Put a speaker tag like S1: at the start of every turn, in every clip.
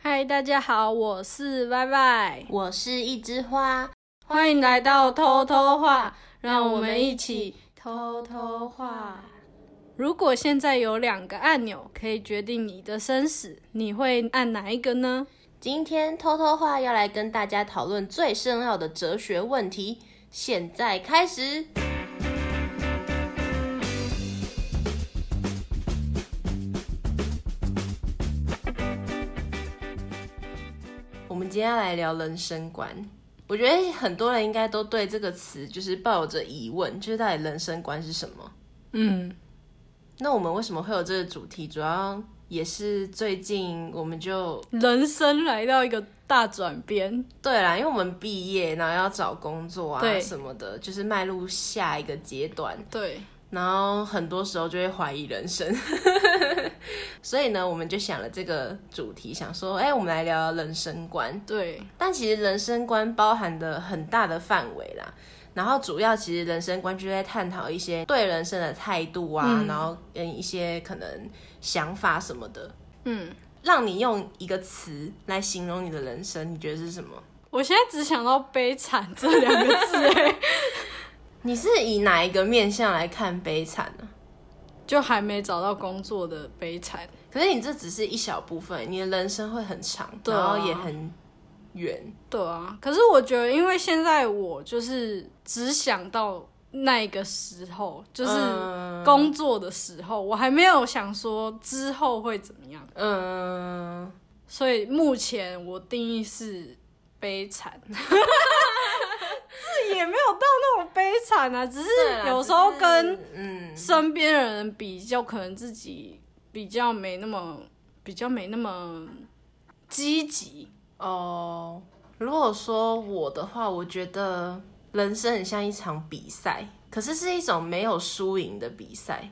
S1: 嗨，大家好，我是拜拜，
S2: 我是一枝花，
S1: 欢迎来到偷偷话，让我们一起偷偷话。如果现在有两个按钮可以决定你的生死，你会按哪一个呢？
S2: 今天偷偷话要来跟大家讨论最深奥的哲学问题。现在开始。我们今天要来聊人生观。我觉得很多人应该都对这个词就是抱有着疑问，就是到底人生观是什么？
S1: 嗯，
S2: 那我们为什么会有这个主题？主要也是最近我们就
S1: 人生来到一个大转变，
S2: 对啦，因为我们毕业，然后要找工作啊
S1: 对
S2: 什么的，就是迈入下一个阶段，
S1: 对，
S2: 然后很多时候就会怀疑人生。 所以呢，我们就想了这个主题，想说，哎、我们来聊聊人生观。
S1: 对，
S2: 但其实人生观包含的很大的范围啦。然后主要其实人生观就在探讨一些对人生的态度啊，
S1: 嗯
S2: 然后跟一些可能想法什么的，
S1: 嗯，
S2: 让你用一个词来形容你的人生，你觉得是什么？
S1: 我现在只想到悲惨这两个 字，哎，
S2: 你是以哪一个面向来看悲惨呢、
S1: 就还没找到工作的悲惨，
S2: 可是你这只是一小部分，你的人生会很长，
S1: 对啊
S2: 然后也很远。
S1: 对啊，可是我觉得，因为现在我就是只想到那一个时候，就是
S2: 嗯
S1: 工作的时候，我还没有想说之后会怎么样，
S2: 嗯，
S1: 所以目前我定义是悲惨，是 也没有到那种悲惨啊，只是
S2: 对啦
S1: 有时候
S2: 只是
S1: 跟
S2: 嗯
S1: 身边的人比较，可能自己比较没那么比较没那么积极，
S2: 哦，如果说我的话，我觉得人生很像一场比赛，可是是一种没有输赢的比赛，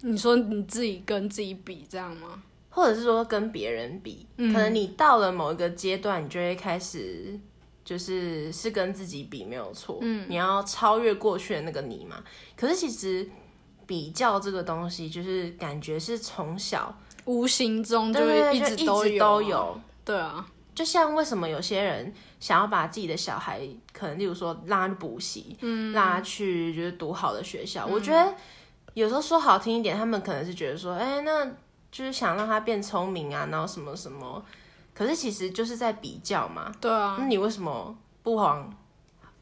S1: 你说你自己跟自己比这样吗？
S2: 或者是说跟别人比，
S1: 嗯
S2: 可能你到了某一个阶段，你就会开始。就是是跟自己比没有错，嗯，你要超越过去的那个你嘛。可是其实比较这个东西，就是感觉是从小
S1: 无形中就
S2: 对
S1: 会
S2: 对对
S1: 直
S2: 就
S1: 都
S2: 一直
S1: 有啊
S2: 都有，
S1: 对啊，
S2: 就像为什么有些人想要把自己的小孩，可能例如说拉去补习，嗯，拉去就是读好的学校，我觉得有时候说好听一点，他们可能是觉得说，哎、那就是想让他变聪明啊，然后什么什么，可是其实就是在比较嘛。
S1: 对啊，
S2: 那你为什么不往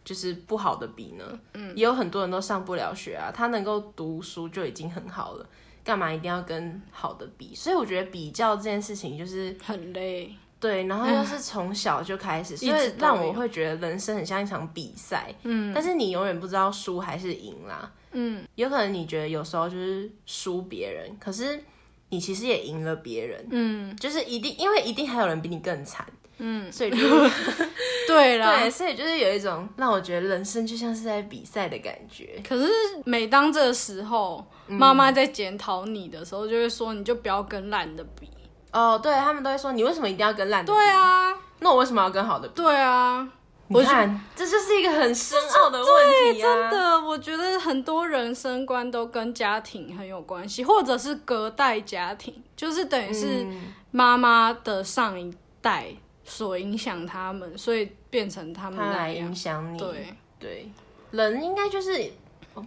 S2: 就是不好的比呢？嗯，也有很多人都上不了学啊，他能够读书就已经很好了，干嘛一定要跟好的比？所以我觉得比较这件事情就是。
S1: 很累，
S2: 对，然后又是从小就开始，所
S1: 一直
S2: 以
S1: 都
S2: 让
S1: 有
S2: 我会觉得人生很像一场比赛。嗯，但是你永远不知道输还是赢啦。嗯，有可能你觉得有时候就是输别人，可是你其实也赢了别人。嗯，就是一定，因为一定还有人比你更惨。嗯，所以就 是
S1: 对啊啦。
S2: 对，所以就是有一种让我觉得人生就像是在比赛的感觉。
S1: 可是每当这个时候，
S2: 嗯
S1: 妈妈在检讨你的时候，就会说你就不要跟烂的比。
S2: 哦，对他们都会说你为什么一定要跟烂的？
S1: 对，啊，
S2: 那我为什么要跟好的比？
S1: 对啊，
S2: 你
S1: 我觉
S2: 看，这就是一个很深奥的问题啊！
S1: 真的，哎我觉得很多人生观都跟家庭很有关系，或者是隔代家庭，就是等于是
S2: 嗯
S1: 妈妈的上一代所影响他们，所以变成他们
S2: 它
S1: 那
S2: 来
S1: 样
S2: 影。响你。
S1: 对
S2: 对人应该就是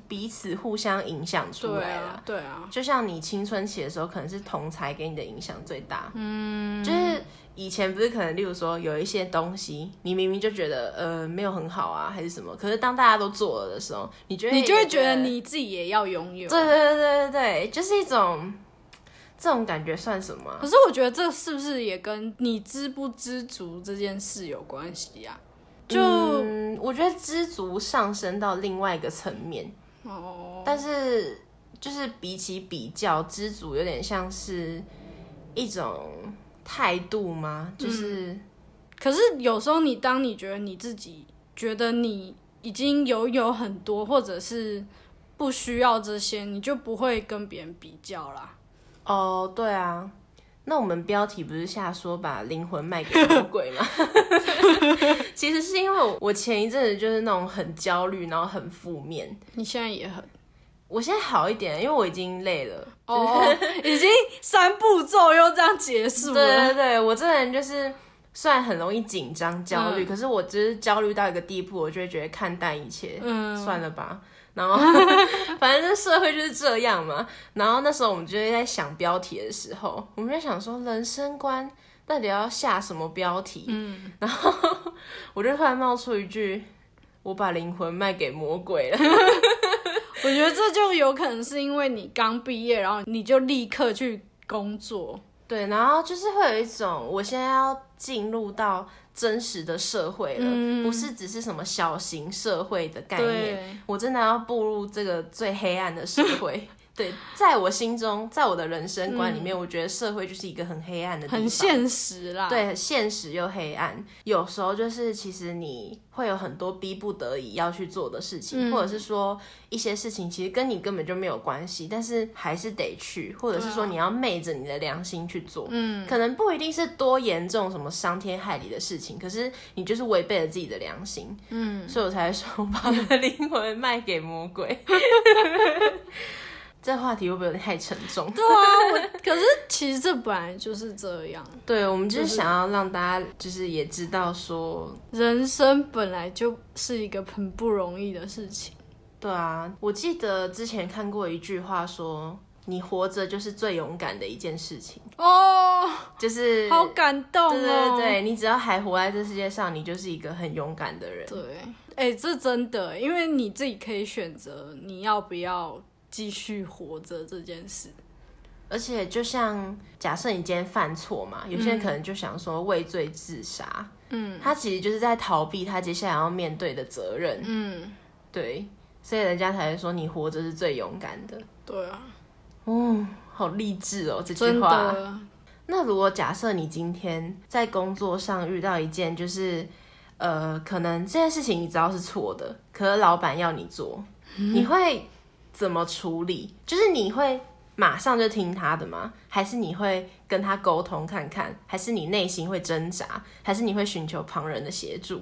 S2: 彼此互相影响出
S1: 对
S2: 来啦。
S1: 啊，对啊，
S2: 就像你青春期的时候，可能是同才给你的影响最大。嗯，就是以前不是可能，例如说有一些东西，你明明就觉得呃没有很好啊，还是什么，可是当大家都做了的时候，你就会
S1: 你就会
S2: 觉
S1: 觉得你自己也要拥有。啊
S2: 对对对对对对，就是一种这种感觉算什么啊、
S1: 可是我觉得这是不是也跟你知不知足这件事有关系啊？就、
S2: 嗯，我觉得知足上升到另外一个层面，
S1: 哦，
S2: 但是就是比起比较，知足有点像是一种态度吗？就是、
S1: 可是有时候你当你觉得你自己觉得你已经拥有很多，或者是不需要这些，你就不会跟别人比较啦。
S2: 哦，对啊。那我们标题不是下说把灵魂卖给魔鬼吗？其实是因为我前一阵子就是那种很焦虑，然后很负面。
S1: 你现在也很
S2: 我现在好一点，因为我已经累了。
S1: 哦，已经三步骤又这样结束
S2: 对
S1: 了。
S2: 对对，我这人就是虽然很容易紧张焦
S1: 嗯
S2: 虑，可是我只是焦虑到一个地步，我就会觉得看淡一切，
S1: 嗯
S2: 算了吧。然后 反正这社会就是这样嘛。然后那时候我们就是在想标题的时候，我们就在想说人生观到底要下什么标题？嗯，然后 我就突然冒出一句：“我把灵魂卖给魔鬼了。
S1: 我觉得这就有可能是因为你刚毕业，然后你就立刻去工作，”
S2: 对，然后就是会有一种我现在要进入到真实的社会了，不是只是什么小型社会的概
S1: 嗯
S2: 念。
S1: 对，
S2: 我真的要步入这个最黑暗的社会。 对，在我心中，在我的人生观里面，我觉得社会就是一个很黑暗的地
S1: 嗯
S2: 方，
S1: 很现实啦。，
S2: 对，现实又黑暗。有时候就是，其实你会有很多逼不得已要去做的事情，或者是说一些事情其实跟你根本就没有关系，但是还是得去，或者是说你要昧着你的良心去做。啊嗯，可能不一定是多严重什么伤天害理的事情，可是你就是违背了自己的良心。嗯，所以我才会说 我把我的灵魂卖给魔鬼。 这话题会不会有点太沉重？
S1: 对啊，我可是其实这本来就是这样，
S2: 对，我们就是想要让大家就是也知道说，
S1: 人生本来就是一个很不容易的事情。
S2: 对啊，我记得之前看过一句话说，你活着就是最勇敢的一件事情，
S1: 哦，
S2: 就是
S1: 好感动
S2: 对对
S1: 哦！
S2: 对，你只要还活在这世界上，你就是一个很勇敢的人。
S1: 对，哎、这真的，因为你自己可以选择你要不要继续活着这件事。
S2: 而且就像假设你今天犯错嘛，有些
S1: 嗯
S2: 人可能就想说畏罪自杀，嗯，他其实就是在逃避他接下来要面对的责任，
S1: 嗯，
S2: 对，所以人家才会说你活着是最勇敢的。
S1: 对啊，
S2: 哦，好励志哦，这
S1: 真
S2: 句话。
S1: 的，
S2: 那如果假设你今天在工作上遇到一件就是，呃，可能这件事情你知道是错的，可是老板要你做，你会怎么处理？就是你会马上就听他的吗？还是你会跟他沟通看看？还是你内心会挣扎？还是你会寻求旁人的协助？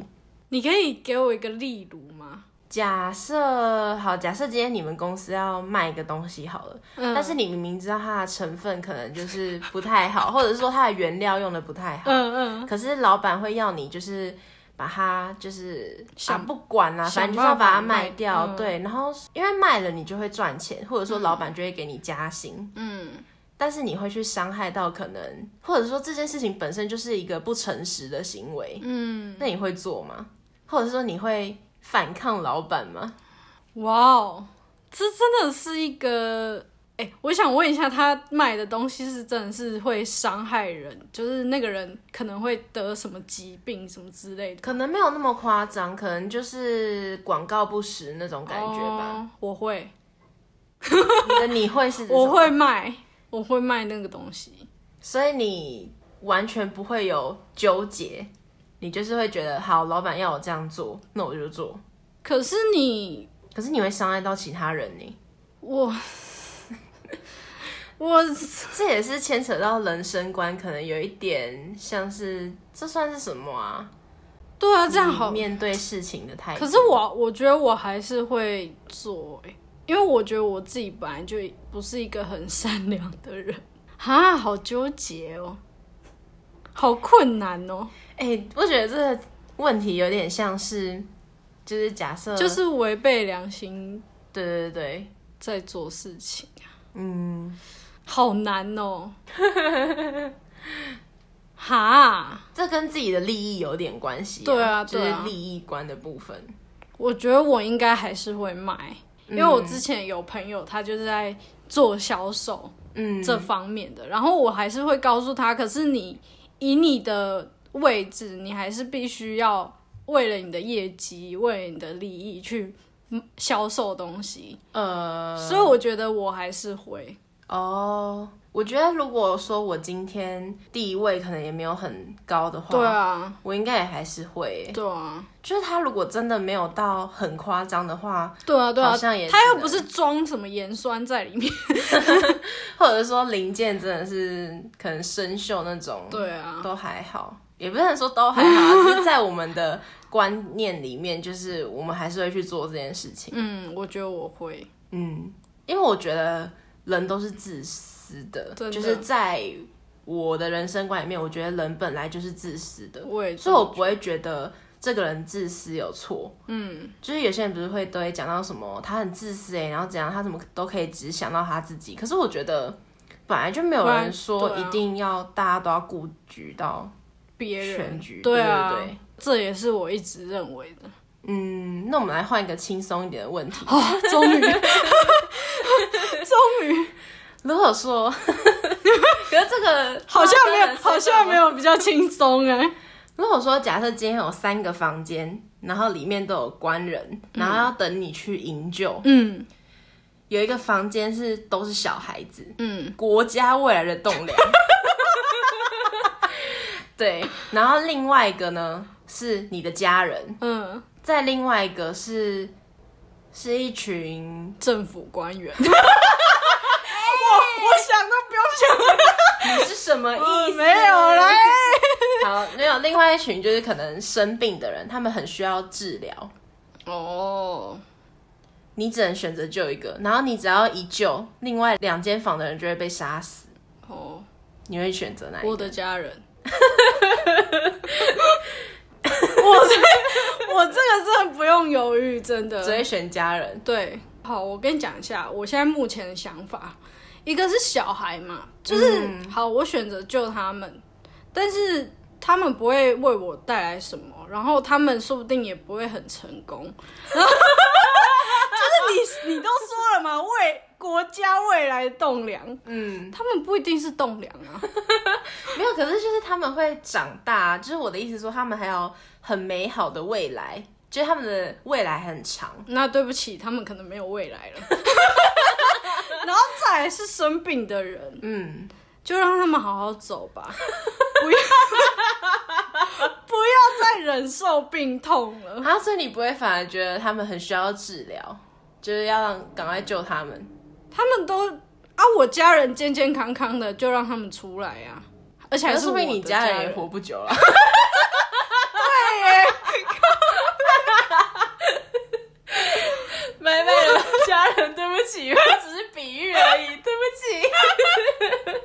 S1: 你可以给我一个例如吗？
S2: 假设好，假设今天你们公司要卖一个东西好了，但是你明明知道它的成分可能就是不太好，或者是说它的原料用的不太好，
S1: 嗯嗯，
S2: 可是老板会要你就是把它就是
S1: 想
S2: 啊、不管啦、
S1: 想
S2: 反正就是要把它
S1: 办法卖
S2: 卖掉。
S1: 嗯
S2: 对，然后因为卖了你就会赚钱，或者说老板就会给你加薪。嗯。但是你会去伤害到可能，或者说这件事情本身就是一个不诚实的行为，嗯，那你会做吗？或者是说你会反抗老板吗？
S1: 哇哦，这真的是一个。哎、我想问一下，他卖的东西是真的是会伤害人，就是那个人可能会得什么疾病什么之类的
S2: 可能没有那么夸张，可能就是广告不实那种感觉吧。
S1: 哦我会，
S2: 你的你会 是这
S1: 我
S2: 种，
S1: 会卖，我会卖那个东西。
S2: 所以你完全不会有纠结，你就是会觉得好，老板要我这样做，那我就做。
S1: 可是你，
S2: 可是你会伤害到其他人 呢，
S1: 我，我
S2: 这也是牵扯到人生观，可能有一点像是这算是什么啊？
S1: 对啊，这样好
S2: 你。面对事情的态度。
S1: 可是我，我觉得我还是会做、欸，因为我觉得我自己本来就不是一个很善良的人啊，好纠结哦，好困难哦，
S2: 哎、我觉得这个问题有点像是，就是假设，
S1: 就是违背良心
S2: 对对对，
S1: 在做事情，啊
S2: 嗯，
S1: 好难哦。哈，
S2: 这跟自己的利益有点关系、
S1: 对啊
S2: 就
S1: 对
S2: 是
S1: 啊
S2: 利益观的部分。
S1: 我觉得我应该还是会卖，因
S2: 嗯
S1: 为我之前有朋友他就是在做销售
S2: 嗯，
S1: 这方面的，然后我还是会告诉他，可是你以你的位置，你还是必须要为了你的业绩，为了你的利益去嗯销售东西，
S2: 呃，
S1: 所以我觉得我还是会，
S2: 哦，我觉得如果说我今天地位可能也没有很高的话，
S1: 对啊，
S2: 我应该也还是会欸。
S1: 对啊，
S2: 就是他如果真的没有到很夸张的话，
S1: 对啊，对
S2: 好
S1: 啊，
S2: 像也
S1: 他
S2: 只
S1: 又
S2: 能
S1: 不是装什么盐酸在里面，
S2: 或者说零件真的是可能生锈那种，
S1: 对啊，
S2: 都还好，也不能说都还好，只是在我们的观念里面，就是我们还是会去做这件事情。
S1: 嗯，我觉得我会，
S2: 嗯，因为我觉得人都是自私的，
S1: 真的
S2: 就是在我的人生观里面，我觉得人本来就是自私的，
S1: 我也
S2: 所以我不会觉得这个人自私有错。嗯，就是有些人不是会都会讲到什么他很自私哎、然后怎样他怎么都可以只想到他自己，可是我觉得本来就没有
S1: 本来
S2: 人说
S1: 对啊
S2: 一定要大家都要顾及到
S1: 别人
S2: 全局，
S1: 对
S2: 对
S1: 啊
S2: 对对。
S1: 这也是我一直认为的。
S2: 嗯，那我们来换一个轻松一点的问题。
S1: 哦终于，
S2: 如果说， 可是这 个
S1: 好像没有，好像没
S2: 有。
S1: 有比较轻松哎。
S2: 如果说假设今天有三个房间，然后里面都有关人，然后要等你去营救，
S1: 嗯
S2: 有一个房间是都是小孩子，
S1: 嗯，
S2: 国家未来的栋 梁。对，然后另外一个呢是你的家人，
S1: 嗯，
S2: 再另外一个是是一群
S1: 政府官员。我我想都不用
S2: 你是什么意思？
S1: 想， 没有嘞。
S2: 好，没有，另外一群就是可能生病的人，他们很需要治疗，
S1: 哦，
S2: 你只能选择救一个，然后你只要一救，另外两间房的人就会被杀死。
S1: 哦，
S2: 你会选择哪一
S1: 我
S2: 个？
S1: 的家人。 我这 我这个真的不用犹豫，真的。
S2: 只会选家人。
S1: 对，好，我跟你讲一下我现在目前的想法，一个是小孩嘛，就是、好，我选择救他们，但是他们不会为我带来什么，然后他们说不定也不会很成功。就是你你都说了嘛，为国家未来的栋梁，
S2: 嗯，
S1: 他们不一定是栋梁啊。
S2: 没有，可是就是他们会长大，啊就是我的意思说，他们还有很美好的未来，就是他们的未来很长。
S1: 那对不起，他们可能没有未来了。 然后再来是生病的人，
S2: 嗯，
S1: 就让他们好好走吧，不要 不要再忍受病痛了。
S2: 啊，所以你不会反而觉得他们很需要治疗，就是要让赶快救他们。
S1: 他们都啊，我家人健健康康的，就让他们出来呀、啊。而且还
S2: 可
S1: 是
S2: 说
S1: 我
S2: 明你
S1: 的家
S2: 人也活不久了。对耶。 拜拜了，家人，对不起，我只是比喻而已，对不起。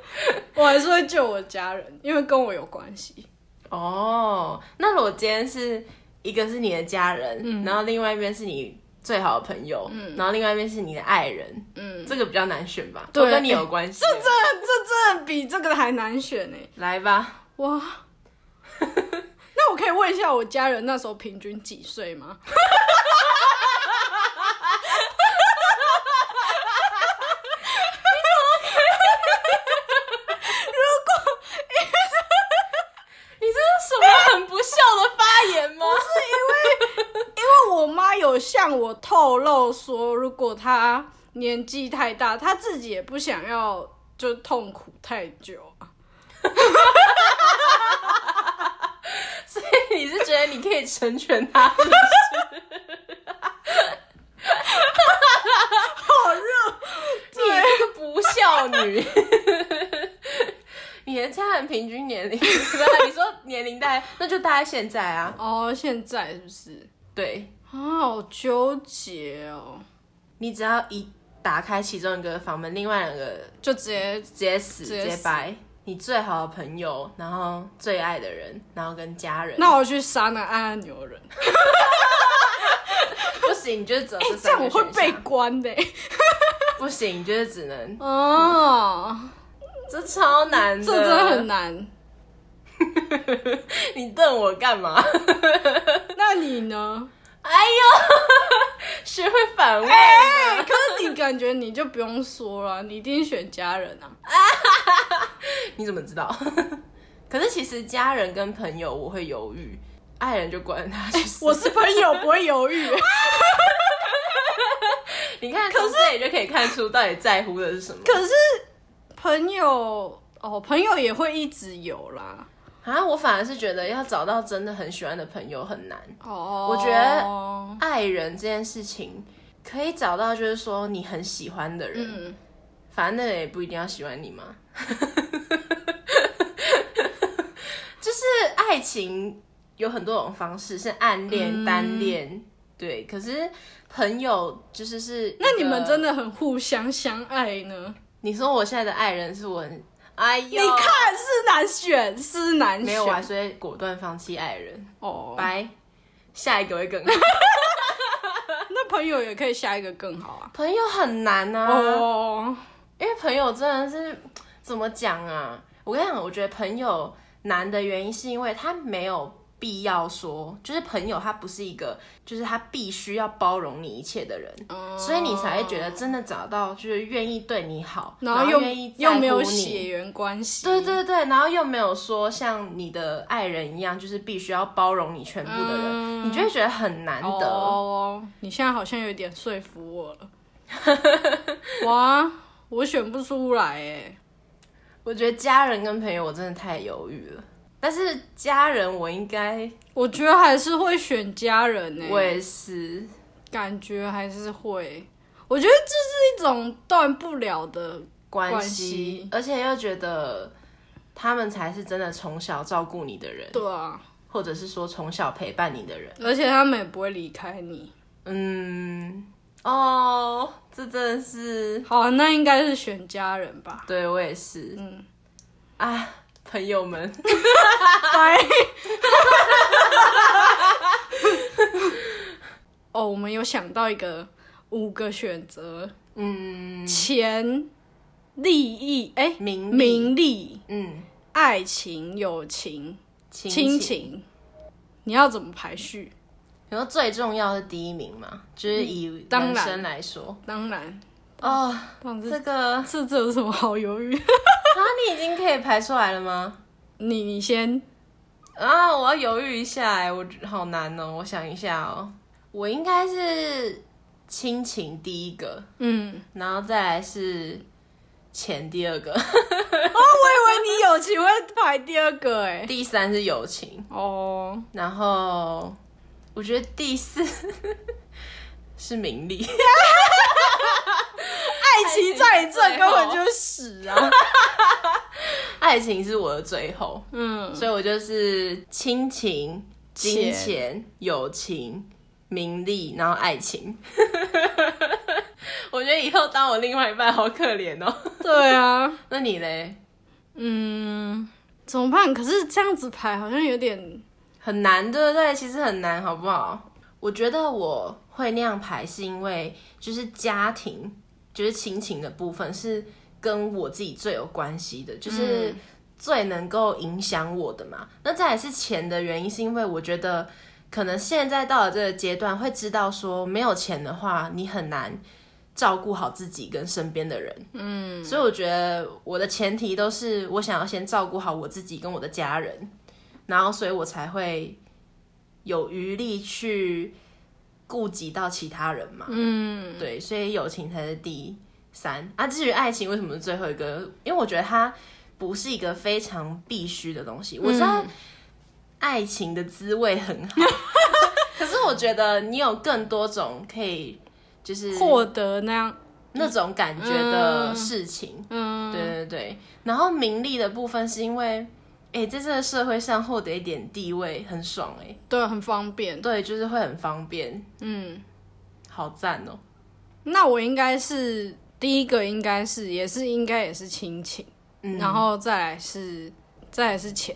S1: 我还是会救我家人，因为跟我有关 系。
S2: 哦，那如果今天是一个是你的家人，然后另外一边是你最好的朋友，然后另外一边是你的爱人，
S1: 嗯，
S2: 这个比较难选吧？
S1: 对
S2: 都跟你有关系。
S1: 这这这比这个还难选呢、
S2: 来吧，
S1: 哇！那我可以问一下我家人那时候平均几岁吗？
S2: 你这是什么很不孝的发言 吗？
S1: 因为我妈有向我透露说，如果她年纪太大，她自己也不想要就痛苦太久啊。
S2: 所以 你是觉得你可以成全他，是不是好热，你这个不孝女。 你的家人平均年龄，不是你说年龄大概，那就大概现在啊。
S1: 哦，现在是不是
S2: 对，
S1: 啊？好纠结哦，
S2: 你只要一打开其中一个房门，另外两个
S1: 就直接
S2: 直接死，
S1: 直接
S2: 直接
S1: 死
S2: 掰。你最好的朋友，然后最爱的人，然后跟家人，
S1: 那我去杀那按按钮的 人，
S2: 不行，你就是只有
S1: 哎、
S2: 这
S1: 这
S2: 三
S1: 样
S2: 个
S1: 我会
S2: 选项。
S1: 被关的、欸
S2: 不行，你就是只能，
S1: 哦，
S2: 这超难的，
S1: 这真的很难。
S2: 你瞪我干嘛？
S1: 那你呢？
S2: 学会反问。
S1: 哎可是你感觉你就不用说了，你一定选家人啊。
S2: 你怎么知道？ 可是其实家人跟朋友我会犹豫，爱人就管他去死。
S1: 我是朋友，不会犹豫、啊
S2: 你看，从这里就可以看出到底在乎的是什么
S1: 可是朋友哦，朋友也会一直有啦。
S2: 啊！我反而是觉得要找到真的很喜欢的朋友很难。
S1: 哦，
S2: 我觉得爱人这件事情可以找到，就是说你很喜欢的人，
S1: 嗯，
S2: 反正那人也不一定要喜欢你嘛。 就是爱情有很多种方式，是暗恋、单
S1: 嗯
S2: 恋，对。可是朋友就是是，
S1: 那你们真，的很互相相爱呢。
S2: 你说我现在的爱人是我很哎呦，
S1: 你看是难选，是难选。
S2: 没有，我还是会果断放弃爱人，
S1: 哦，
S2: 拜。下一个会 更好，
S1: 那朋友也可以下一个更好啊。
S2: 朋友很难啊。
S1: 哦，
S2: 因为朋友真的是怎么讲啊？我跟你讲，我觉得朋友难的原因是因为他没有必要说，就是朋友他不是一个，就是他必须要包容你一切的人，
S1: 哦
S2: 所以你才会觉得真的找到就是愿意对你好，
S1: 然
S2: 后
S1: 后又
S2: 愿意在
S1: 又
S2: 乎
S1: 没有血
S2: 你。
S1: 缘关系，
S2: 对对对，然后又没有说像你的爱人一样，就是必须要包容你全部的人，你就会觉得很难得。
S1: 嗯哦，你现在好像有点说服我了。 哇，我选不出来哎。
S2: 我觉得家人跟朋友我真的太犹豫了，但是家人我应该
S1: 我觉得还是会选家人呢、欸
S2: 我也是，
S1: 感觉还是会。我觉得这是一种断不了的，
S2: 关
S1: 关
S2: 系
S1: 系，
S2: 而且又觉得他们才是真的从小照顾你的人，
S1: 对啊，
S2: 或者是说从小陪伴你的人。
S1: 而且他们也不会离开你。
S2: 嗯，哦，这真的是，
S1: 好，那应该是选家人吧。
S2: 对我也是，嗯，啊，朋友们，
S1: 拜。哦，我们有想到一个五个选择，
S2: 嗯，
S1: 钱、利益， 哎、
S2: 名利，
S1: 名利、
S2: 嗯，
S1: 爱情、友情、
S2: 亲
S1: 亲
S2: 情，
S1: 情，你要怎么排序？
S2: 你说最重要是第一名嘛，就是以
S1: 当
S2: 人
S1: 然
S2: 生来说，
S1: 当然，
S2: 哦，
S1: 当然
S2: 这个，
S1: 这这有什么好犹豫？
S2: 啊，你已经可以排出来了吗？
S1: 你你先，
S2: 啊，我要犹豫一下哎，我好难哦，我想一下哦，我应该是亲情第一个，
S1: 嗯，
S2: 然后再来是钱第二个，
S1: 哦 我以为你友情会排第二个哎、
S2: 第三是友情，
S1: 哦，
S2: 然后我觉得第四 是名利，
S1: 爱情在你这
S2: 最
S1: 根本
S2: 后
S1: 就是屎啊！
S2: 爱情是我的最后，
S1: 嗯，
S2: 所以我就是亲情、金
S1: 钱
S2: 钱、友情、名利，然后爱情。 我觉得以后当我另外一半好可怜哦。
S1: 对啊。
S2: 那你嘞？
S1: 嗯，怎么办？可是这样子排好像有点
S2: 很难，对不对？其实很难，好不好？我觉得我会那样排，是因为就是家庭，就是亲情的部分是跟我自己最有关系的，就是最能够影响我的嘛。那再也是钱的原因，是因为我觉得可能现在到了这个阶段，会知道说没有钱的话，你很难。照顾好自己跟身边的人，嗯，所以我觉得我的前提都是我想要先照顾好我自己跟我的家人，然后所以我才会有余力去顾及到其他人嘛。
S1: 嗯，
S2: 对，所以友情才是第三啊。至于爱情，为什么是最后一个？因为我觉得它不是一个非常必须的东西。我知道爱情的滋味很好，可是我觉得你有更多种可以就是
S1: 获得那样。
S2: 那种感觉的事情。
S1: 嗯，
S2: 对对对，然后名利的部分是因为，哎、在这个社会上获得一点地位很爽哎、
S1: 对，很方便。
S2: 对，就是会很方便，
S1: 嗯，
S2: 好赞哦、
S1: 那我应该是第一个，应该是也是应该也是亲情，
S2: 嗯
S1: 然后再来是再来是钱。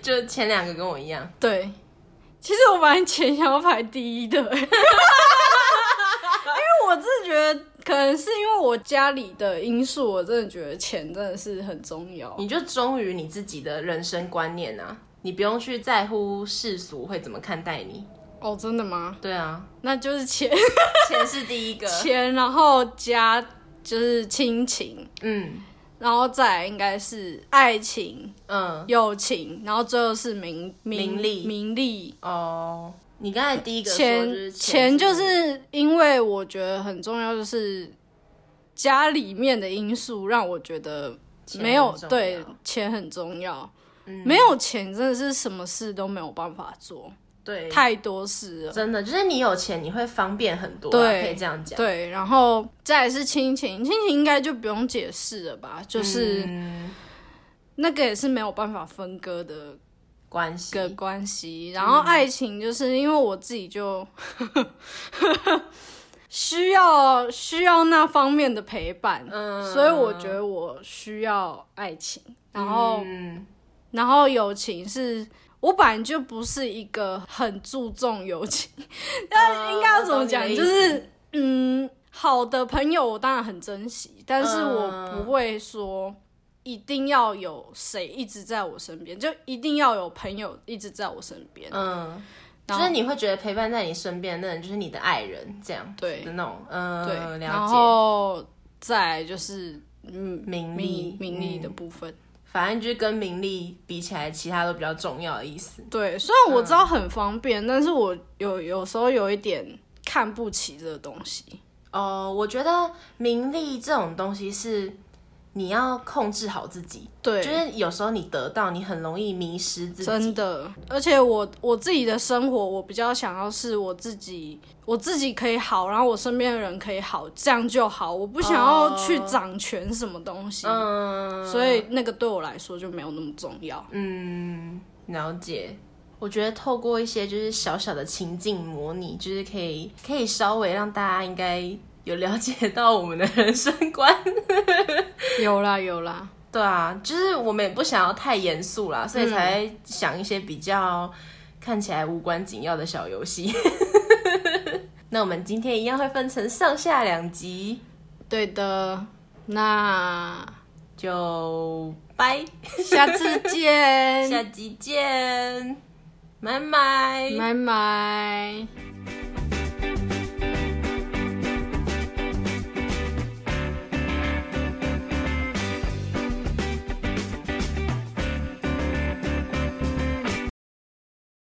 S2: 就前两个跟我一样，
S1: 对，其实我本来钱想要排第一 的、欸，因为我真的觉得可能是因为我家里的因素，我真的觉得钱真的是很重要。
S2: 你就忠于你自己的人生观念啊，你不用去在乎世俗会怎么看待你。
S1: 哦，真的吗？
S2: 对啊，
S1: 那就是 钱。
S2: 钱是第一个，
S1: 钱，然后加就是亲情，
S2: 嗯
S1: 然后再来应该是爱情、
S2: 嗯，
S1: 友情，然后最后是名
S2: 名利
S1: 名利。
S2: 哦，你刚才第一个说就是
S1: 钱钱
S2: 钱
S1: 就是因为我觉得很重要，就是家里面的因素让我觉得
S2: 钱
S1: 没有
S2: 很重要嗯
S1: 对钱很重要。没有钱真的是什么事都没有办法做，
S2: 对，
S1: 太多事了。
S2: 真的就是你有钱你会方便很多、啊，
S1: 对
S2: 可以这样讲，
S1: 对，然后再来是亲情，亲情应该就不用解释了吧？就是、
S2: 嗯
S1: 那个也是没有办法分割的
S2: 关系
S1: 个关系。然后爱情就是因为我自己就， 需要需要那方面的陪伴，所以我觉得我需要爱情，然后、
S2: 嗯
S1: 然后友情是。我本来就不是一个很注重友情， 那应该要怎么讲？
S2: 我懂你
S1: 就
S2: 的意思
S1: 是嗯，好的朋友我当然很珍惜，但是我
S2: 嗯
S1: 不会说一定要有谁一直在我身边，就一定要有朋友一直在我身边。
S2: 嗯，就
S1: 然后
S2: 是你会觉得陪伴在你身边的人就是你的爱人，这样
S1: 对
S2: 的那种，嗯，
S1: 对，然
S2: 了
S1: 后再来就是嗯
S2: 解，，名
S1: 名
S2: 利
S1: 名利的
S2: 嗯
S1: 部分。
S2: 反正就是跟名利比起来，其他都比较重要的意思。
S1: 对，虽然我知道很方
S2: 嗯
S1: 便，但是我有有时候有一点看不起这个东西。
S2: 哦，我觉得名利这种东西是你要控制好自己，
S1: 对，
S2: 就是有时候你得到，你很容易迷失自己。
S1: 真的，而且我我自己的生活，我比较想要是我自己，我自己可以好，然后我身边的人可以好，这样就好。我不想要去掌权什么东西，
S2: 哦嗯
S1: 所以那个对我来说就没有那么重要。
S2: 嗯，了解。我觉得透过一些就是小小的情境模拟，就是可以可以稍微让大家应该有了解 到我们的人生观。
S1: 有啦有啦，
S2: 对啊，就是我们也不想要太严肃啦，所以才想一些比较看起来无关紧要的小游戏。 那我们今天一样会分成上下两集，
S1: 对的， 那
S2: 就拜，
S1: 下次
S2: 下
S1: 见，
S2: 集见，拜拜。
S1: 拜拜。